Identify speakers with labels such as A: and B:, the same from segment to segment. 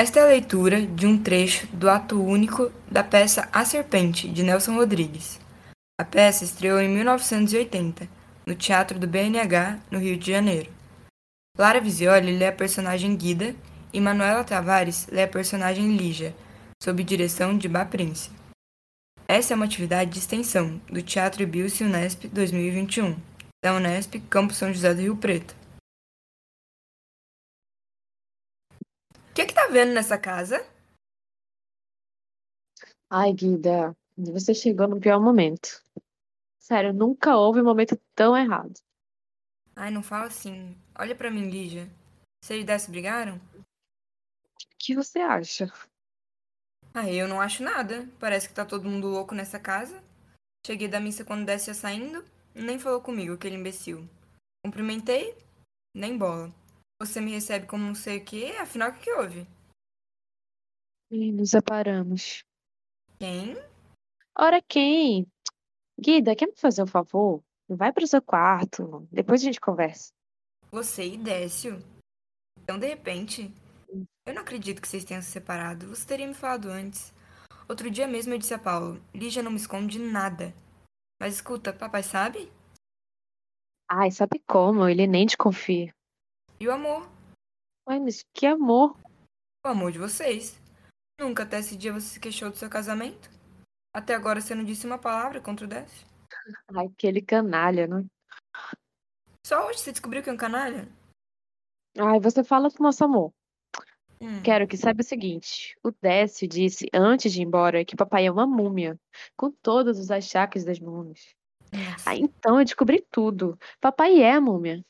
A: Esta é a leitura de um trecho do ato único da peça A Serpente, de Nelson Rodrigues. A peça estreou em 1980, no Teatro do BNH, no Rio de Janeiro. Lara Visioli lê a personagem Guida e Manuela Tavares lê a personagem Lígia, sob direção de Bá Prince. Essa é uma atividade de extensão do Teatro Bilce Unesp 2021, da Unesp Campo São José do Rio Preto. O que, que tá vendo nessa casa?
B: Ai, Guida, você chegou no pior momento. Sério, nunca houve um momento tão errado.
A: Ai, não fala assim. Olha pra mim, Lígia. Vocês dessa brigaram?
B: O que você acha?
A: Ai, eu não acho nada. Parece que tá todo mundo louco nessa casa. Cheguei da missa quando desce ia saindo, nem falou comigo, aquele imbecil. Cumprimentei, nem bola. Você me recebe como não sei o quê, afinal o que, que houve?
B: Ih, nos separamos.
A: Quem?
B: Ora, quem? Guida, quer me fazer um favor? Vai pro seu quarto, depois a gente conversa.
A: Você e Décio. Então, de repente, eu não acredito que vocês tenham se separado. Você teria me falado antes. Outro dia mesmo eu disse a Paulo, Lígia não me esconde nada. Mas escuta, papai sabe?
B: Ai, sabe como? Ele nem te confia.
A: E o amor?
B: Ai, mas que amor.
A: O amor de vocês. Nunca até esse dia você se queixou do seu casamento? Até agora você não disse uma palavra contra o Décio?
B: Ai, aquele canalha, né?
A: Só hoje você descobriu que é um canalha?
B: Ai, você fala com o nosso amor.
A: Hum.
B: Quero que saiba o seguinte: o Décio disse antes de ir embora que papai é uma múmia, com todos os achaques das múmias.
A: Nossa.
B: Ah, então eu descobri tudo. Papai é a múmia.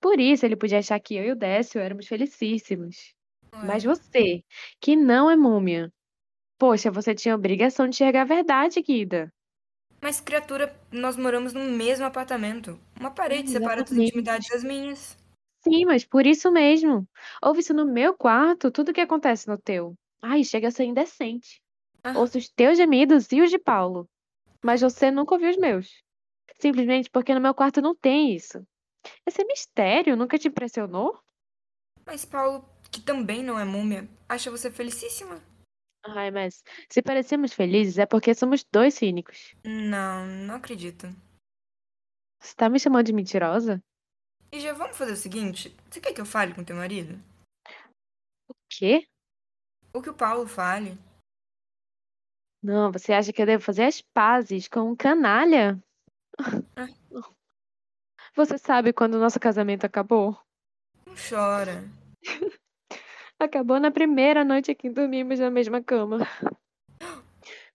B: Por isso ele podia achar que eu e o Décio éramos felicíssimos.
A: Ué.
B: Mas você, que não é múmia. Poxa, você tinha a obrigação de enxergar a verdade, Guida.
A: Mas, criatura, nós moramos no mesmo apartamento. Uma parede
B: Hum,
A: separa as
B: exatamente.
A: intimidades das minhas.
B: Sim, mas por isso mesmo. Ouve isso no meu quarto, tudo que acontece no teu. Ai, chega a ser indecente.
A: Ah.
B: Ouço os teus gemidos e os de Paulo. Mas você nunca ouviu os meus. Simplesmente porque no meu quarto não tem isso. Esse mistério nunca te impressionou?
A: Mas Paulo, que também não é múmia, acha você felicíssima?
B: Ai, mas se parecemos felizes é porque somos dois cínicos.
A: Não, não acredito.
B: Você tá me chamando de mentirosa?
A: E já vamos fazer o seguinte: você quer que eu fale com teu marido?
B: O quê?
A: Ou que o Paulo fale?
B: Não, você acha que eu devo fazer as pazes com um canalha?
A: Ah.
B: Você sabe quando o nosso casamento acabou?
A: Não chora.
B: Acabou na primeira noite que dormimos na mesma cama.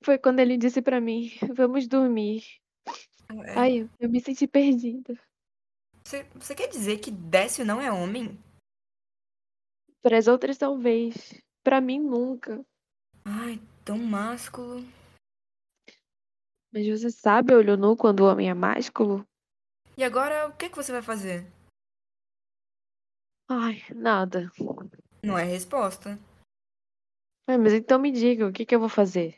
B: Foi quando ele disse pra mim: "Vamos dormir".
A: É,
B: Ai, eu- eu me senti perdida.
A: Você, você quer dizer que Décio não é homem?
B: Para as outras talvez, pra mim nunca.
A: Ai, tão másculo.
B: Mas você sabe, olho nu quando o homem é másculo?
A: E agora, o que, que você vai fazer?
B: Ai, nada.
A: Não é resposta.
B: Ai, mas então me diga, o que que eu vou fazer?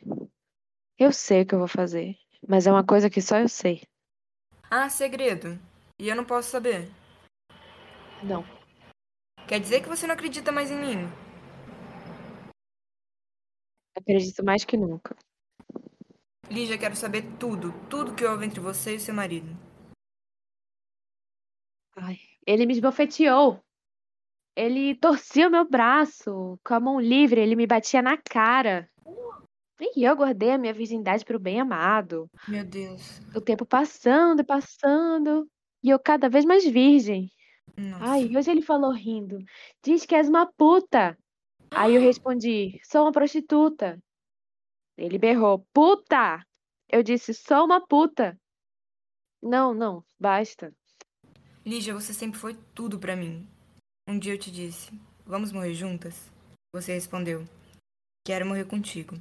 B: Eu sei o que eu vou fazer, mas é uma coisa que só eu sei.
A: Ah, segredo. E eu não posso saber.
B: Não.
A: Quer dizer que você não acredita mais em mim?
B: Acredito mais que nunca.
A: Lígia, quero saber tudo, tudo que houve entre você e seu marido.
B: Ai, ele me esbofeteou. Ele torcia o meu braço. Com a mão livre, ele me batia na cara. E eu guardei a minha virgindade para o bem amado.
A: Meu Deus.
B: O tempo passando, e passando. E eu cada vez mais virgem.
A: Nossa.
B: Ai, hoje ele falou rindo. Diz que és uma puta. Aí eu respondi, sou uma prostituta. Ele berrou, puta! Eu disse, sou uma puta. Não, não, basta.
A: Lígia, você sempre foi tudo pra mim. Um dia eu te disse, vamos morrer juntas? Você respondeu, quero morrer contigo.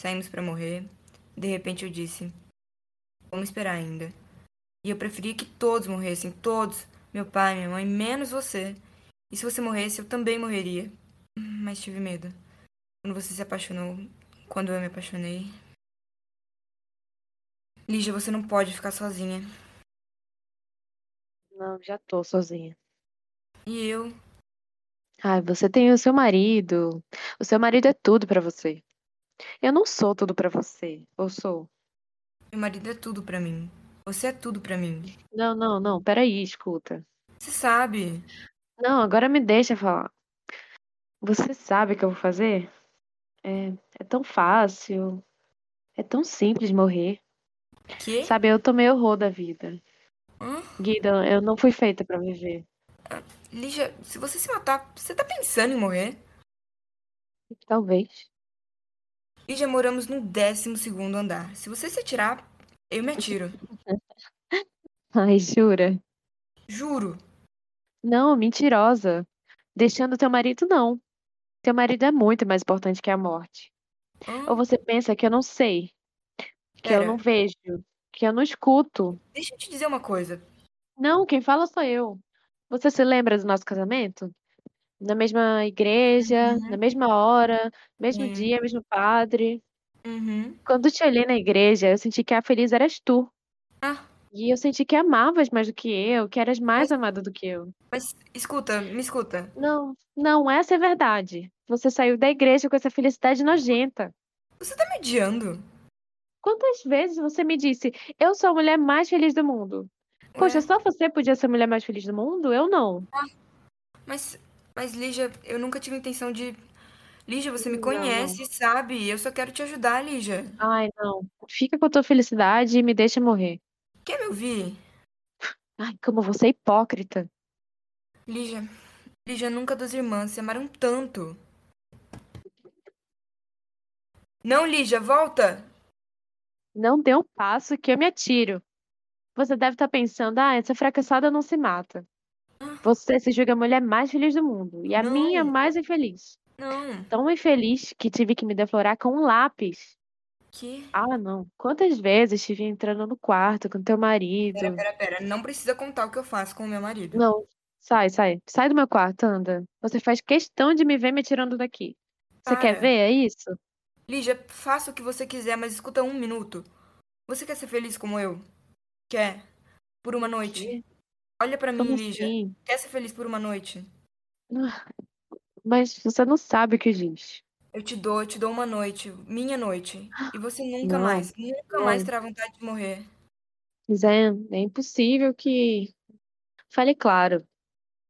A: Saímos pra morrer. De repente eu disse, vamos esperar ainda. E eu preferia que todos morressem, todos. Meu pai, minha mãe, menos você. E se você morresse, eu também morreria. Hum, Mas tive medo. Quando você se apaixonou, quando eu me apaixonei. Lígia, você não pode ficar sozinha.
B: Não, já tô sozinha.
A: E eu?
B: Ai, você tem o seu marido. O seu marido é tudo pra você. Eu não sou tudo pra você. Ou sou?
A: Meu marido é tudo pra mim. Você é tudo pra mim.
B: Não, não, não. Peraí, escuta.
A: Você sabe.
B: Não, agora me deixa falar. Você sabe o que eu vou fazer? É, é tão fácil. É tão simples morrer.
A: Que?
B: Sabe, eu tomei horror da vida.
A: Hã?
B: Guida, eu não fui feita pra viver.
A: Lígia, se você se matar, você tá pensando em morrer?
B: Talvez.
A: Lígia, moramos no 12 segundo andar. Se você se atirar, eu me atiro.
B: Ai, jura?
A: Juro.
B: Não, mentirosa. Deixando teu marido, não. Teu marido é muito mais importante que a morte.
A: Hã?
B: Ou você pensa que eu não sei, que
A: Hum.
B: eu
A: Pera,
B: não vejo, que eu não escuto.
A: deixa eu te dizer uma coisa.
B: Não, quem fala sou eu. Você se lembra do nosso casamento? Na mesma igreja,
A: Uhum.
B: na mesma hora, mesmo
A: Sim.
B: dia, mesmo padre.
A: Uhum.
B: Quando eu te olhei na igreja, eu senti que a feliz eras tu.
A: Ah.
B: E eu senti que amavas mais do que eu, que eras mais amada do que eu.
A: Mas escuta, me escuta.
B: Não, não, essa é a verdade. Você saiu da igreja com essa felicidade nojenta.
A: Você tá me odiando?
B: Quantas vezes você me disse, eu sou a mulher mais feliz do mundo? Poxa,
A: É,
B: só você podia ser a mulher mais feliz do mundo? Eu não.
A: mas, mas Lígia, eu nunca tive intenção de. Lígia, você me
B: Não, não.
A: conhece, sabe? Eu só quero te ajudar, Lígia.
B: Ai, não. Fica com a tua felicidade e me deixa morrer.
A: Quer me ouvir?
B: Ai, como você é hipócrita.
A: Lígia, Lígia, nunca duas irmãs se amaram tanto. Não, Lígia, volta!
B: Não dê um passo que eu me atiro. Você deve estar pensando, ah, essa fracassada não se mata. Você se julga a mulher mais feliz do mundo e a minha
A: Não, é.
B: mais infeliz.
A: não.
B: Tão infeliz que tive que me deflorar com um lápis.
A: Que?
B: Ah, não. Quantas vezes te vi entrando no quarto com teu
A: Pera,
B: marido?
A: pera, pera. Não precisa contar o que eu faço com o meu marido.
B: Não, sai, sai. Sai do meu quarto, anda. Você faz questão de me ver me tirando daqui. Você quer
A: Para.
B: ver? É isso?
A: Lígia, faça o que você quiser, mas escuta um minuto. Você quer ser feliz como eu? Quer? Por uma noite.
B: Que?
A: Olha pra
B: Como
A: mim, Lígia.
B: assim?
A: Quer ser feliz por uma noite?
B: Ah, Mas você não sabe o que diz.
A: Eu te dou, eu te dou uma noite, minha noite. E você nunca
B: Não,
A: mais, nunca mais
B: não.
A: terá vontade de morrer.
B: Mas é, é impossível que. Fale claro.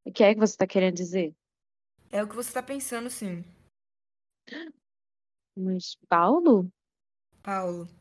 B: O que é que você está querendo dizer?
A: É o que você tá pensando, sim,
B: Mas, Paulo?
A: Paulo.